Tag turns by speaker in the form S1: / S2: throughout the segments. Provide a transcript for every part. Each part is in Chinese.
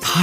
S1: 他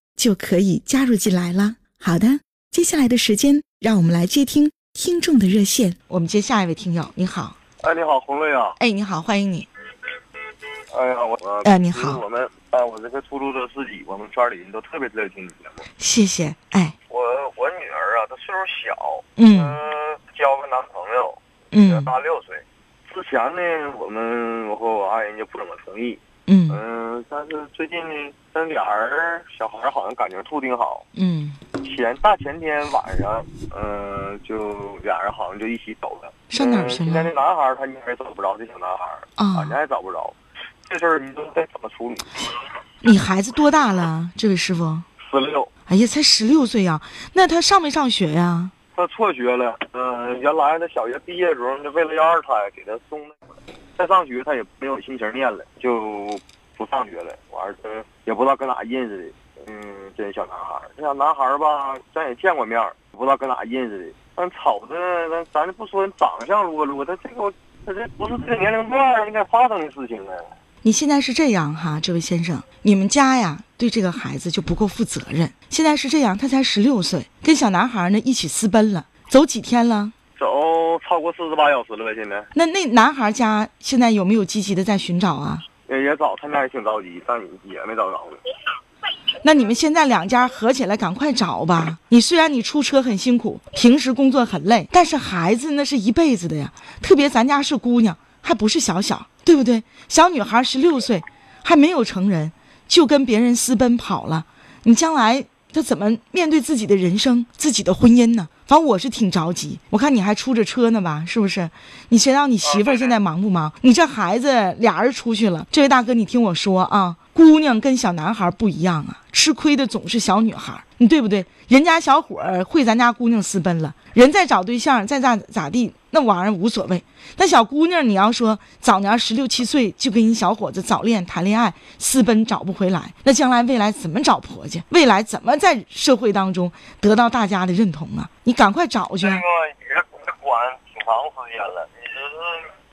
S2: 就可以加入进来了。好的，接下来的时间，让我们来接听听众的热线。我们接下一位听友，你好，
S3: 哎，你好，洪瑞啊！
S2: 哎，你好，欢迎你。
S3: 哎呀，我我
S2: 哎你好
S3: 我们啊，我这个出租车司机，我们圈里人都特别乐意听你节目。
S2: 谢谢。哎，
S3: 我我女儿啊，她岁数小，
S2: 嗯
S3: 嗯，交个男朋友，比她
S2: 嗯
S3: 大六岁。之前呢，我们我和我爱人就不怎么同意，
S2: 嗯
S3: 嗯，但是最近呢，咱俩人小孩儿好像感情处挺好。
S2: 嗯，
S3: 前大前天晚上，嗯，就俩人好像就一起走了。
S2: 上哪儿去
S3: 嗯今天这
S2: 了？
S3: 男孩儿他一直找不着这小男孩儿，
S2: 啊
S3: 俺家也找不着。这事儿你说该怎么处理？
S2: 你孩子多大了，这位师傅？
S3: 十六，
S2: 哎呀，才十六岁呀、啊那他上没上学呀、
S3: 他辍学了。嗯、原来他小学毕业的时候，就为了要二胎，给他送那个。再上学他也没有心情念了，就不上学了。完事儿也不知道跟哪认识的。嗯，这小男孩儿，这小男孩儿吧，咱也见过面儿，不知道跟哪认识的。但吵的，咱咱就不说长相如何如何，他这个他这不是这个年龄段儿应该发生的事情啊。
S2: 你现在是这样哈，这位先生，你们家呀对这个孩子就不够负责任。现在是这样，他才十六岁，跟小男孩呢一起私奔了，走几天了？
S3: 走超过四十八小时了呗，现在
S2: 那那男孩家现在有没有积极的在寻找啊？
S3: 呃也也找，他们俩也挺着急，但也没找着。
S2: 那你们现在两家合起来，赶快找吧。你虽然你出车很辛苦，平时工作很累，但是孩子那是一辈子的呀。特别咱家是姑娘，还不是小小，对不对？小女孩十六岁，还没有成人，就跟别人私奔跑了，你将来她怎么面对自己的人生、自己的婚姻呢？反正我是挺着急。我看你还出着车呢吧，是不是？你谁让你媳妇儿现在忙不忙？你这孩子俩人出去了，这位大哥，你听我说啊，姑娘跟小男孩不一样啊，吃亏的总是小女孩，你对不对？人家小伙儿会咱家姑娘私奔了，人再找对象，再咋咋地，那玩意儿无所谓。那小姑娘，你要说早年十六七岁就跟人小伙子早恋谈恋爱，私奔找不回来，那将来未来怎么找婆家？未来怎么在社会当中得到大家的认同啊？你赶快找去
S3: 这
S2: 啊。
S3: 个也也管挺长时间了，你这是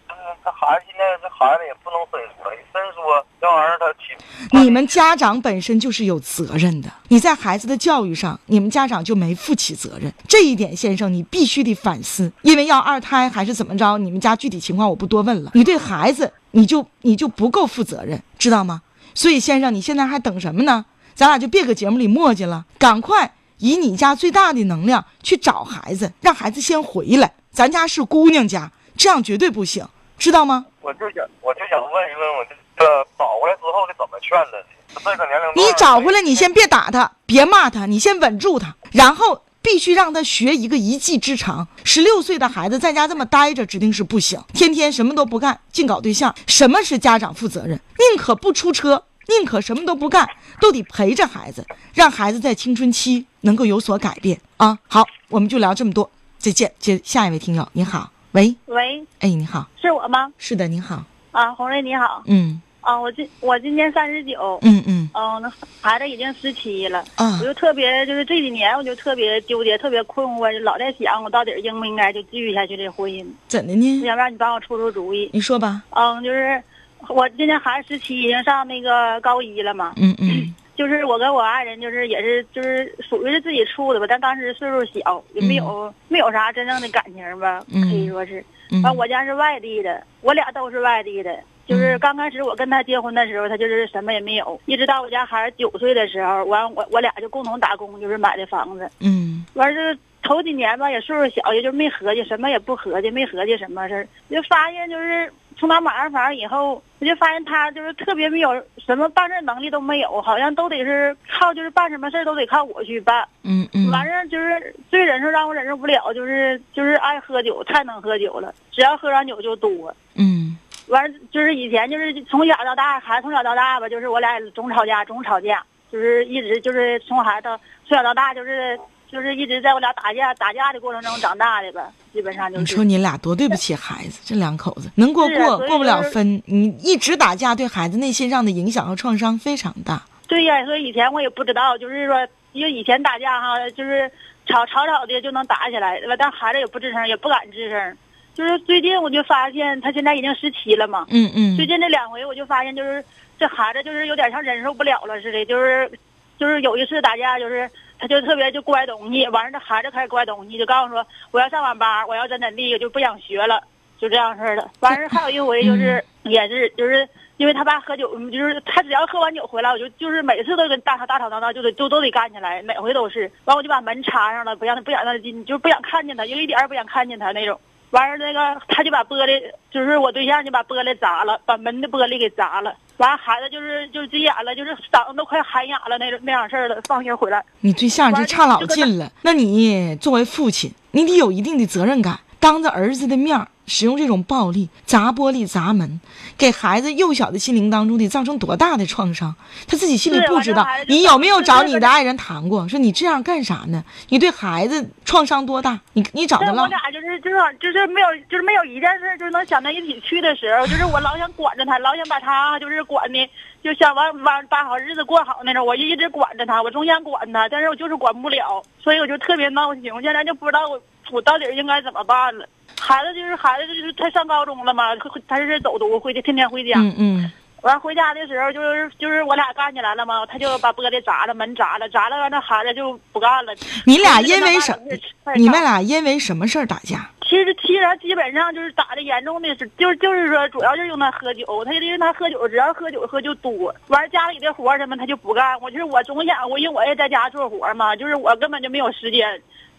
S3: 呃这孩子现在这孩子也不能伸缩，一伸缩这玩意儿他起。
S2: 你们家长本身就是有责任的，你在孩子的教育上，你们家长就没负起责任，这一点，先生你必须得反思，因为要二胎还是怎么着，你们家具体情况我不多问了。你对孩子，你就你就不够负责任，知道吗？所以先生，你现在还等什么呢？咱俩就别搁节目里磨叽了，赶快以你家最大的能量去找孩子，让孩子先回来。咱家是姑娘家，这样绝对不行，知道吗？
S3: 我就想我就想问一问，我这个找回来之后得怎么劝他呢？这个年龄段
S2: 你找回来，你先别打他，别骂他，你先稳住他，然后必须让他学一个一技之长。十六岁的孩子在家这么待着，指定是不行，天天什么都不干，净搞对象。什么是家长负责任？宁可不出车，宁可什么都不干，都得陪着孩子，让孩子在青春期能够有所改变啊！好，我们就聊这么多，再见。接下一位听友，你好，喂，
S4: 喂，
S2: 哎，你好，
S4: 是我吗？
S2: 是的，你好，
S4: 啊，红瑞你好，
S2: 嗯
S4: 啊，我今我今年三十九，
S2: 嗯嗯
S4: 嗯，那孩子已经十七了，
S2: 啊
S4: 我就特别就是这几年我就特别纠结，特别困惑，就老在想我到底应不应该就继续下去这婚姻。
S2: 怎的
S4: 我
S2: 呢？
S4: 想让你帮我出出主意。
S2: 你说吧，
S4: 嗯，就是我今年孩子十七，已经上那个高一了嘛，
S2: 嗯嗯
S4: 就是我跟我爱人就是也是就是属于是自己处的吧，但当时岁数小，也没有、没有啥真正的感情吧，可以说是。
S2: 嗯，
S4: 完，我家是外地的，我俩都是外地的。就是刚开始我跟他结婚的时候，他就是什么也没有，一直到我家孩子九岁的时候，完我我俩就共同打工，就是买的房子。
S2: 嗯
S4: 完事儿头几年吧，也岁数小，也就没合计，什么也不合计，没合计什么事儿，就发现就是从他买完房以后，我就发现他就是特别没有什么办事能力都没有，好像都得是靠就是办什么事儿都得靠我去办。
S2: 嗯嗯，
S4: 完事儿就是最忍受让我忍受不了，就是就是爱喝酒，太能喝酒了，只要喝上酒就多。
S2: 嗯
S4: 完事儿就是以前就是从小到大，孩子从小到大吧，就是我俩总吵架，总吵架，就是一直就是从孩子到从小到大就是就是一直在我俩打架打架的过程中长大的吧，基本上就
S2: 你
S4: 是。
S2: 说你俩多对不起孩子，这两口子能过
S4: 是啊
S2: 过
S4: 所以
S2: 过不了
S4: 就是
S2: 分，你一直打架对孩子内心上的影响和创伤非常大。
S4: 对呀、所以以前我也不知道，就是说，因为以前打架哈，就是吵吵吵的就能打起来，对吧？但孩子也不吱声，也不敢吱声。就是最近我就发现，他现在已经十七了嘛。
S2: 嗯嗯
S4: 最近这两回我就发现，就是这孩子就是有点像忍受不了了似的，就是就是有一次打架，就是他就特别就乖东西，完事这孩子开始乖东西，就告诉说我要上网吧，我要怎怎地，我就不想学了，就这样式儿的。完事儿还有一回就是、也是就是因为他爸喝酒，嗯就是他只要喝完酒回来，我就就是每次都跟大吵大吵闹闹，就得都都得干起来，每回都是。完我就把门插上了，不让他不想让他进，就是不想看见他，因为一点儿也不想看见他那种。完事儿那个他就把玻璃，就是我对象就把玻璃砸了，把门的玻璃给砸了。完孩子就是就是急眼了，就是嗓子都快喊哑了那种那样事儿了。放学回来，
S2: 你对象这
S4: 完
S2: 差老
S4: 这个
S2: 近了，那你作为父亲，你得有一定的责任感，当着儿子的面儿使用这种暴力砸玻璃、砸门，给孩子幼小的心灵当中得造成多大的创伤，他自己心里
S4: 对
S2: 不
S4: 完
S2: 知
S4: 了
S2: 道
S4: 孩。子就
S2: 你有没有
S4: 就是
S2: 找
S4: 那
S2: 你
S4: 个
S2: 的爱人谈过？说你这样干啥呢？你对孩子创伤多大？你你找他
S4: 但我
S2: 唠。
S4: 俩就是就是就是没有就是没有一件事儿就是能想到一起去的时候，就是我老想管着他，老想把他就是管的，就想完完把好日子过好那种。我就一直管着他，我总想管他，但是我就是管不了，所以我就特别闹心。我现在就不知道我我到底应该怎么办了。孩子就是孩子，就是他上高中了嘛，他他是走读，回去天天回家。
S2: 嗯嗯
S4: 完回家的时候，就是就是我俩干起来了嘛，他就把玻璃砸了，门砸了，砸了完那孩子就不干了。
S2: 你俩因为什
S4: 就是他妈的
S2: 你们俩因为什么事儿打架？
S4: 其实其实基本上就是打的严重的是，就是就是说主要就是用他喝酒，他就因为他喝酒，只要喝酒喝就多，完家里的活儿什么他就不干。我就是我总想，我因为我也在家做活儿嘛，就是我根本就没有时间。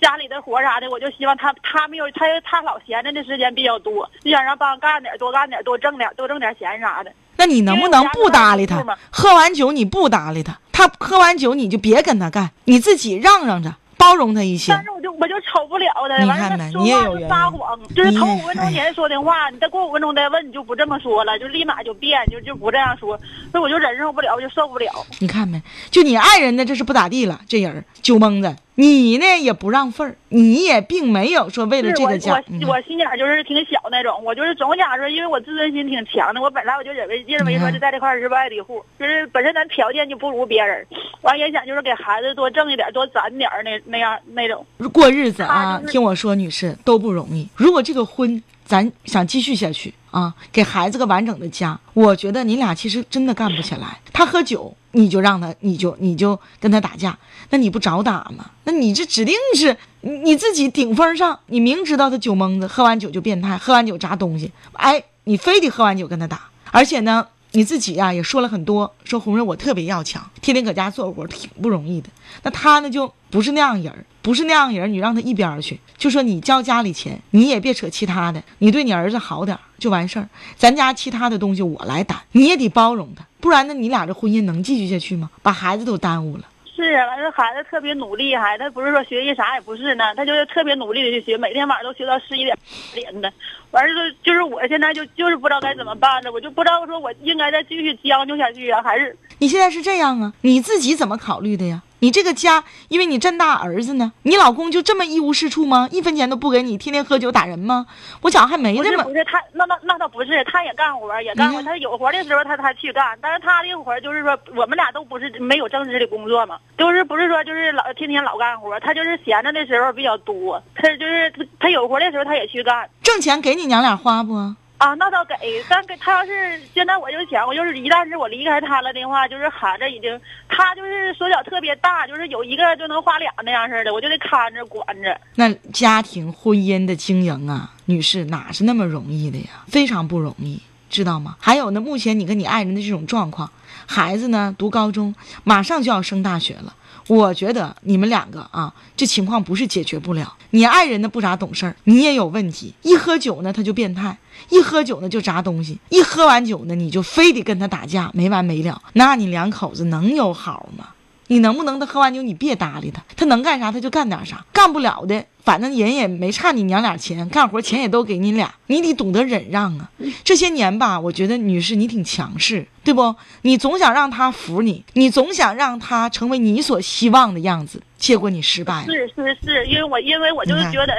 S4: 家里的活儿啥的，我就希望他他没有他他老闲着的时间比较多，就想让帮干点儿多干点儿多挣点儿多挣点儿钱啥的。
S2: 那你能不能不搭理
S4: 因为
S2: 他
S4: 我家有孩子住嘛？
S2: 喝完酒你不搭理他，他喝完酒你就别跟他干，你自己让让着，包容他一
S4: 但
S2: 些。
S4: 是我就我就瞅不了
S2: 你
S4: 他，完
S2: 看
S4: 事
S2: 吧
S4: 他说
S2: 你也
S4: 话
S2: 有
S4: 就
S2: 原
S4: 撒
S2: 因
S4: 谎，就是
S2: 你哎
S4: 头
S2: 也
S4: 五分钟前说的话，你再过五分钟再问，你就不这么说了，就立马就变，就就不这样说，所以我就忍受不了，我就受不了。
S2: 你看没？就你爱人呢，这是不咋地了，这人儿酒蒙子。你呢也不让份儿，你也并没有说为了
S4: 是
S2: 这
S4: 我
S2: 个家
S4: 我。
S2: 嗯
S4: 我心眼儿就是挺小那种，我就是总想说，因为我自尊心挺强的，我本来我就认为认为说
S2: 嗯
S4: 就在这块儿是外地户，就是本身咱条件就不如别人，完也想就是给孩子多挣一点儿，多攒点儿那那样那种。
S2: 过日子啊
S4: 他就，是
S2: 听我说，女士都不容易。如果这个婚咱想继续下去啊，给孩子个完整的家，我觉得你俩其实真的干不起来。他喝酒，你就让他，你就你就跟他打架，那你不找打吗？那你这指定是你你自己顶风上，你明知道他酒蒙子，喝完酒就变态，喝完酒砸东西，哎，你非得喝完酒跟他打，而且呢。你自己呀、也说了很多，说红人我特别要强，天天搁家做活挺不容易的。那他呢就不是那样人儿，不是那样人儿，你让他一边儿去。就说你交家里钱，你也别扯其他的，你对你儿子好点儿就完事儿。咱家其他的东西我来担，你也得包容他，不然呢你俩这婚姻能继续下去吗？把孩子都耽误了。
S4: 是啊，完了孩子特别努力，还他不是说学习啥也不是呢，他就是特别努力的去学，每天晚上都学到十一点点的。完事儿就就是我现在就就是不知道该怎么办了，我就不知道说我应该再继续将就下去啊，还是
S2: 你现在是这样啊？你自己怎么考虑的呀？你这个家，因为你占大儿子呢，你老公就这么一无是处吗？一分钱都不给你，天天喝酒打人吗？我想还没
S4: 不
S2: 这
S4: 是
S2: 么
S4: 不是他那那那倒不是，他也干活儿也干
S2: 嗯
S4: 活儿，他有活儿的时候他他去干，但是他的活儿就是说我们俩都不是没有正式的工作嘛，都是不是说就是老天天老干活儿，他就是闲着的时候比较多，他就是他他有活儿的时候他也去干，
S2: 挣钱给你娘俩花不啊？
S4: 啊，那倒给，但给他要是现在我就想，我就是一旦是我离开他了的话，就是孩子已经，他就是手脚特别大，就是有一个就能花俩那样似的，我就得看着管着。
S2: 那家庭婚姻的经营啊，女士哪是那么容易的呀？非常不容易。知道吗？还有呢，目前你跟你爱人的这种状况，孩子呢读高中，马上就要升大学了。我觉得你们两个啊，这情况不是解决不了。你爱人呢不咋懂事儿，你也有问题。一喝酒呢他就变态，一喝酒呢就砸东西，一喝完酒呢你就非得跟他打架，没完没了。那你两口子能有好吗？你能不能他喝完酒你别搭理他，他能干啥他就干点啥，干不了的反正人也没差你娘俩钱，干活钱也都给你俩，你得懂得忍让啊。这些年吧，我觉得女士你挺强势，对不？你总想让他服你，你总想让他成为你所希望的样子，结果你失败了。
S4: 是是是，因为我因为我就
S2: 你
S4: 是
S2: 看
S4: 觉得，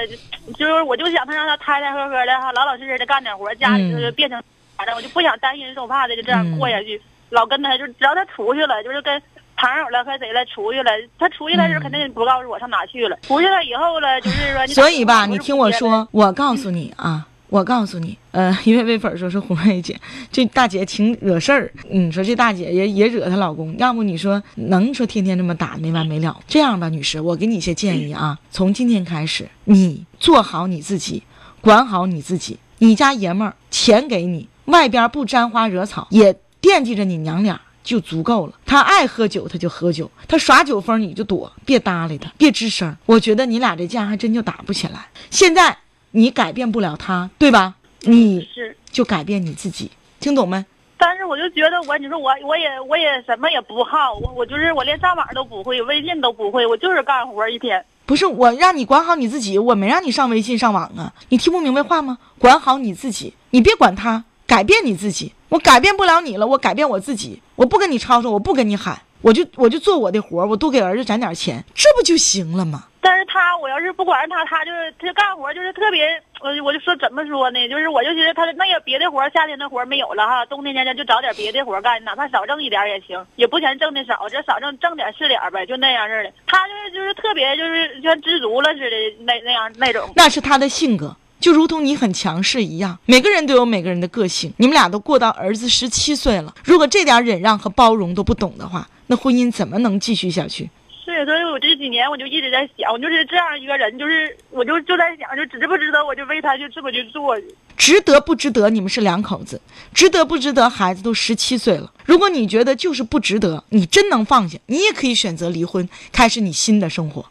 S4: 就是我就想他让他踏踏呵呵的哈，老老实实的干点活，家里
S2: 嗯
S4: 就是变成啥的，我就不想担心受怕的就这样过下去，老跟他就是只要他出去了，就是跟。朋友了，和谁了？出去了，他出去的时候
S2: 嗯
S4: 肯定不告诉我上哪去了。出去了以后了，就是说你打
S2: 所以吧，
S4: 电话
S2: 你
S4: 不是
S2: 听
S4: 不
S2: 我
S4: 接呗，
S2: 说，我告诉你啊，我告诉你，呃，一位微粉说是红瑞姐，这大姐挺惹事儿。嗯，说这大姐也也惹她老公，要不你说能说天天这么打没完没了？这样吧，女士，我给你一些建议啊，从今天开始，你做好你自己，管好你自己。你家爷们儿钱给你，外边不沾花惹草，也惦记着你娘俩。就足够了。他爱喝酒，他就喝酒；他耍酒疯，你就躲，别搭理他，别吱声。我觉得你俩这架还真就打不起来。现在你改变不了他，对吧？你
S4: 是，
S2: 就改变你自己，听懂没？
S4: 但是我就觉得我，你说我我也我也什么也不好，我我就是我连上网都不会，微信都不会，我就是干活一天。
S2: 不是我让你管好你自己，我没让你上微信上网啊！你听不明白话吗？管好你自己，你别管他，改变你自己。我改变不了你了，我改变我自己。我不跟你吵吵，我不跟你喊，我就我就做我的活儿，我多给儿子攒点钱，这不就行了吗？
S4: 但是他，我要是不管着他，他就是他干活就是特别，我我就说怎么说呢？就是我就觉得他那也别的活儿，夏天的活儿没有了哈，冬天家就找点别的活儿干，哪怕少挣一点儿也行，也不嫌挣的少，这少挣挣点儿是点儿呗，就那样似的。他就是就是特别就是像知足了似的那那样那种。
S2: 那是他的性格，就如同你很强势一样。每个人都有每个人的个性，你们俩都过到儿子十七岁了，如果这点忍让和包容都不懂的话，那婚姻怎么能继续下去？
S4: 是，所以我这几年我就一直在想，我就是这样一个人，就是我就就在想，就值不值得我就为他就这么去做。
S2: 值得不值得？你们是两口子，值得不值得？孩子都十七岁了，如果你觉得就是不值得，你真能放下，你也可以选择离婚，开始你新的生活，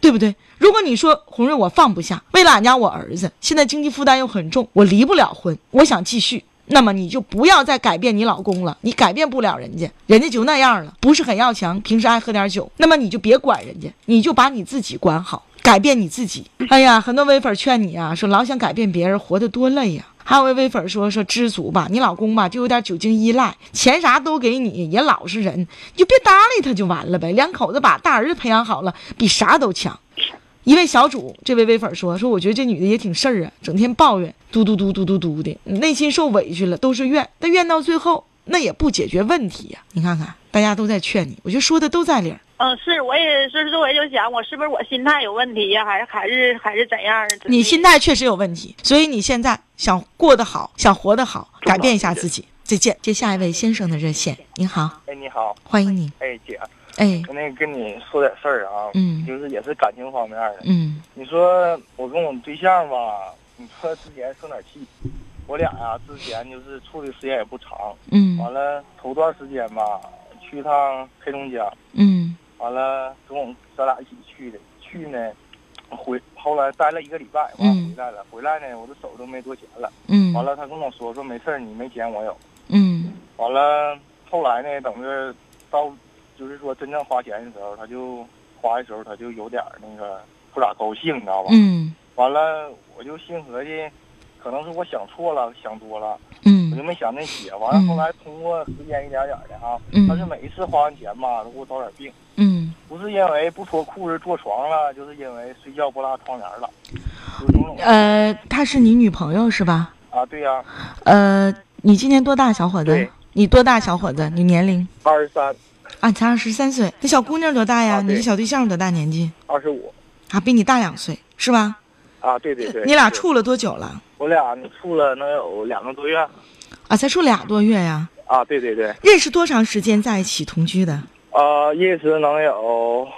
S2: 对不对？如果你说红瑞我放不下，为了俺家我儿子，现在经济负担又很重，我离不了婚，我想继续。那么你就不要再改变你老公了，你改变不了人家，人家就那样了，不是很要强，平时爱喝点酒，那么你就别管人家，你就把你自己管好。改变你自己。哎呀，很多微粉劝你啊，说老想改变别人，活得多累呀、还有位微粉说说知足吧，你老公吧就有点酒精依赖，钱啥都给你，也老实人，你就别搭理他就完了呗。两口子把大儿子培养好了，比啥都强。一位小主，这位微粉说说，我觉得这女的也挺事儿啊，整天抱怨，嘟嘟嘟嘟嘟嘟的，内心啊受委屈了，都是怨，但怨到最后那也不解决问题呀、你看看，大家都在劝你，我觉得说的都在理儿。
S4: 嗯，是，我也是，是我也就想，我是不是我心态有问题呀、还是还是还是怎样儿？
S2: 你心态确实有问题，所以你现在想过得好，想活得好，改变一下自己。再见，接下一位先生的热线，您好，
S3: 哎，你好，
S2: 欢迎您。
S3: 哎姐，
S2: 哎，
S3: 我那个跟你说点事儿啊，
S2: 嗯
S3: 就是也是感情方面的。
S2: 嗯
S3: 你说我跟我对象吧，你说之前生点气，我俩呀、之前就是处的时间也不长，
S2: 嗯
S3: 完了头段时间吧，去趟黑龙江，
S2: 嗯
S3: 完了跟我们咱俩一起去的，去呢回后来待了一个礼拜，完
S2: 嗯
S3: 了回来了，回来呢我的手都没多钱了，
S2: 嗯，
S3: 完了他跟我说说没事儿，你没钱我有，
S2: 嗯
S3: 完了后来呢等着到就是说真正花钱的时候，他就花的时候他就有点儿那个不咋高兴，你知道吧？
S2: 嗯
S3: 完了，我就心合计，可能是我想错了，想多了，我就
S2: 嗯
S3: 没想那些。完了，
S2: 嗯
S3: 后来通过时间一点点的啊，
S2: 嗯
S3: 但是每一次花完钱吧，都给我找点病，
S2: 嗯，
S3: 不是因为不脱裤子坐床了，就是因为睡觉不拉窗帘了，有种种
S2: 呃，她是你女朋友是吧？
S3: 啊，对呀、
S2: 呃，你今年多大，小伙子
S3: 对？
S2: 你多大，小伙子？你年龄？
S3: 二十三、
S2: 啊，你才二十三岁。那小姑娘多大呀？
S3: 啊
S2: 你
S3: 对
S2: 这小对象多大年纪？
S3: 二十五
S2: 啊，比你大两岁是吧？
S3: 啊，对对对，
S2: 你俩
S3: 对，
S2: 处了多久了？
S3: 我俩处了能有两个多月
S2: 啊，才处俩多月呀、
S3: 啊，对对呃对，
S2: 认识多长时间在一起同居的？
S3: 啊，认识能有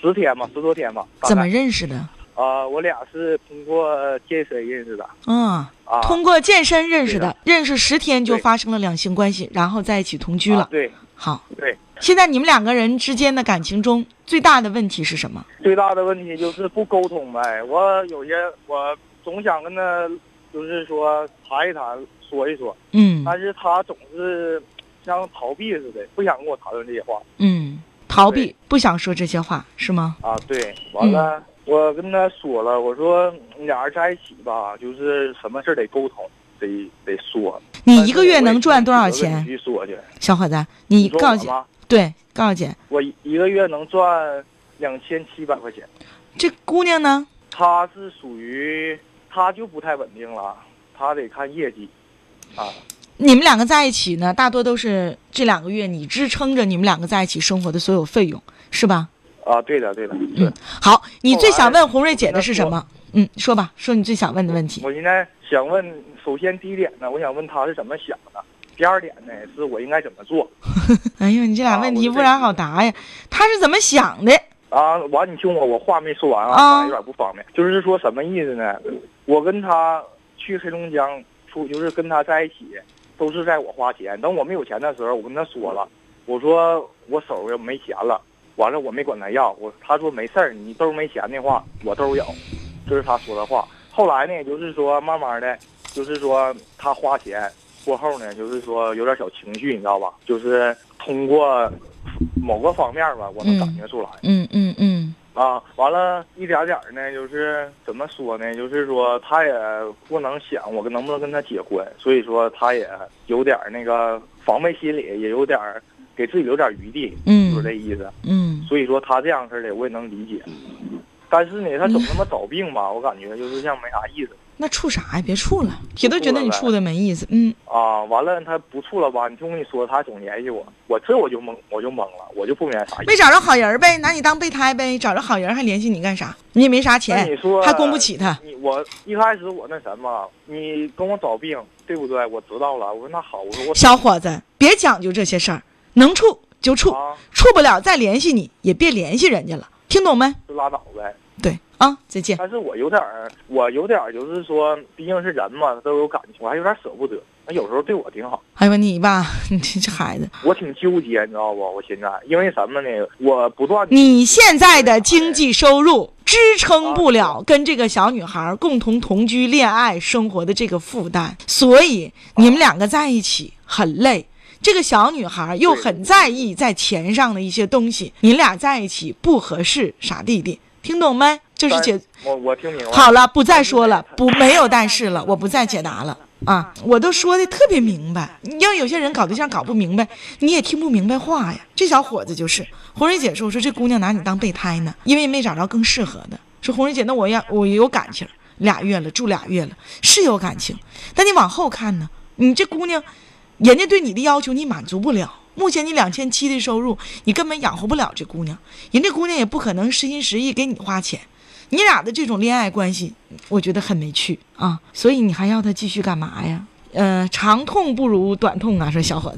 S3: 十天吧，十多天吧，大概
S2: 怎么认识的？
S3: 啊、我俩是通过健身认识的
S2: 嗯，
S3: 啊。
S2: 通过健身认识的，认识十天就
S3: 对
S2: 发生了两性关系，然后在一起同居了。
S3: 啊对
S2: 好，
S3: 对，
S2: 现在你们两个人之间的感情中最大的问题是什么？
S3: 最大的问题就是不沟通呗。我有些我总想跟他，就是说谈一谈，说一说，
S2: 嗯
S3: 但是他总是像逃避似的，不想跟我谈论这些话
S2: 嗯，逃避
S3: 对，
S2: 不想说这些话是吗？
S3: 啊。对，
S2: 嗯
S3: 完了，我跟他说了，我说你俩人在一起吧，就是什么事儿得沟通，得得说。
S2: 你一个月能赚多少钱？
S3: 必须说去。
S2: 小伙子，你
S3: 说
S2: 告
S3: 我
S2: 诉姐，
S3: 吗？
S2: 对，告诉姐，
S3: 我一一个月能赚两千七百块钱。
S2: 这姑娘呢？
S3: 他是属于他就不太稳定了，他得看业绩啊。
S2: 你们两个在一起呢，大多都是这两个月你支撑着你们两个在一起生活的所有费用，是吧？
S3: 啊，对的，对的，
S2: 嗯
S3: 是。
S2: 好，你最想问红瑞姐
S3: 哦哎我跟
S2: 的
S3: 她
S2: 是什么？嗯，说吧，说你最想问的问题。
S3: 我现在想问，首先第一点呢，我想问他是怎么想的；第二点呢，是我应该怎么做
S2: 哎呦，你这俩问题
S3: 啊我就
S2: 不然好答呀。她是怎么想的？
S3: 啊？完，你听我，我话没说完
S2: 啊
S3: 啊，有点不方便。就是说什么意思呢？我跟他去黑龙江出，就是跟他在一起，都是在我花钱。等我没有钱的时候，我跟他说了，我说我手儿没钱了，完了我没管他要，我他说没事儿，你兜儿没钱的话，我兜儿有，这是他说的话。后来呢，就是说慢慢的，就是说他花钱过后呢，就是说有点小情绪，你知道吧？就是通过某个方面吧，我能感觉出来。
S2: 嗯嗯嗯
S3: 啊，完了，一点点儿呢，就是怎么说呢？就是说，他也不能想我跟能不能跟他结婚，所以说他也有点儿那个防备心理，也有点儿给自己留点儿余地，就是这
S2: 嗯
S3: 意思。
S2: 嗯，
S3: 所以说他这样式儿的我也能理解，但是呢，他总他妈找病吧，我感觉就是像没啥意思
S2: 那处啥呀？别处了，姐都觉得你
S3: 不处
S2: 处
S3: 了呗
S2: 的没意思。嗯，
S3: 啊。完了，他不处了吧？你听我跟你说，他总联系我，我这我就懵，我就懵了，我就不明白啥意
S2: 没
S3: 思。
S2: 找着好人儿呗，拿你当备胎呗，找着好人儿还联系你干啥？你也没啥
S3: 那
S2: 钱
S3: 你，说
S2: 还供不起他。
S3: 你我一开始我那什么，你跟我找病，对不对？我知道了。我说那好，我说我
S2: 小伙子，别讲究这些事儿，能处就处，
S3: 啊，
S2: 处不了再联系你，也别联系人家了，听懂没？
S3: 就拉倒呗。
S2: 对啊，再见。
S3: 但是我有点儿，我有点儿就是说，毕竟是人嘛，都有感情，我还有点舍不得。那有时候对我挺好，
S2: 哎呦你吧， 你这这孩子，
S3: 我挺纠结，你知道不？我现在因为什么呢？我不断地
S2: 你现在的经济收入支撑不了跟这个小女孩共同同居、恋爱生活的这个负担，所以你们两个在一起很累。这个小女孩又很在意在钱上的一些东西，你俩在一起不合适，傻弟弟，听懂没？就是
S3: 但
S2: 姐
S3: 我我听明白。
S2: 好了，不再说了，不没有但是了，我不再解答了啊！我都说的特别明白，你要有些人搞对象搞不明白，你也听不明白话呀。这小伙子就是红蕊姐说，我说这姑娘拿你当备胎呢，因为没找着更适合的。说红蕊姐，那我要我有感情，俩月了，住俩月了，是有感情，但你往后看呢，你这姑娘，人家对你的要求你满足不了。目前你两千七的收入，你根本养活不了这姑娘，人这姑娘也不可能实心实意给你花钱。你俩的这种恋爱关系，我觉得很没趣啊，所以你还要他继续干嘛呀？呃，长痛不如短痛啊，说小伙子。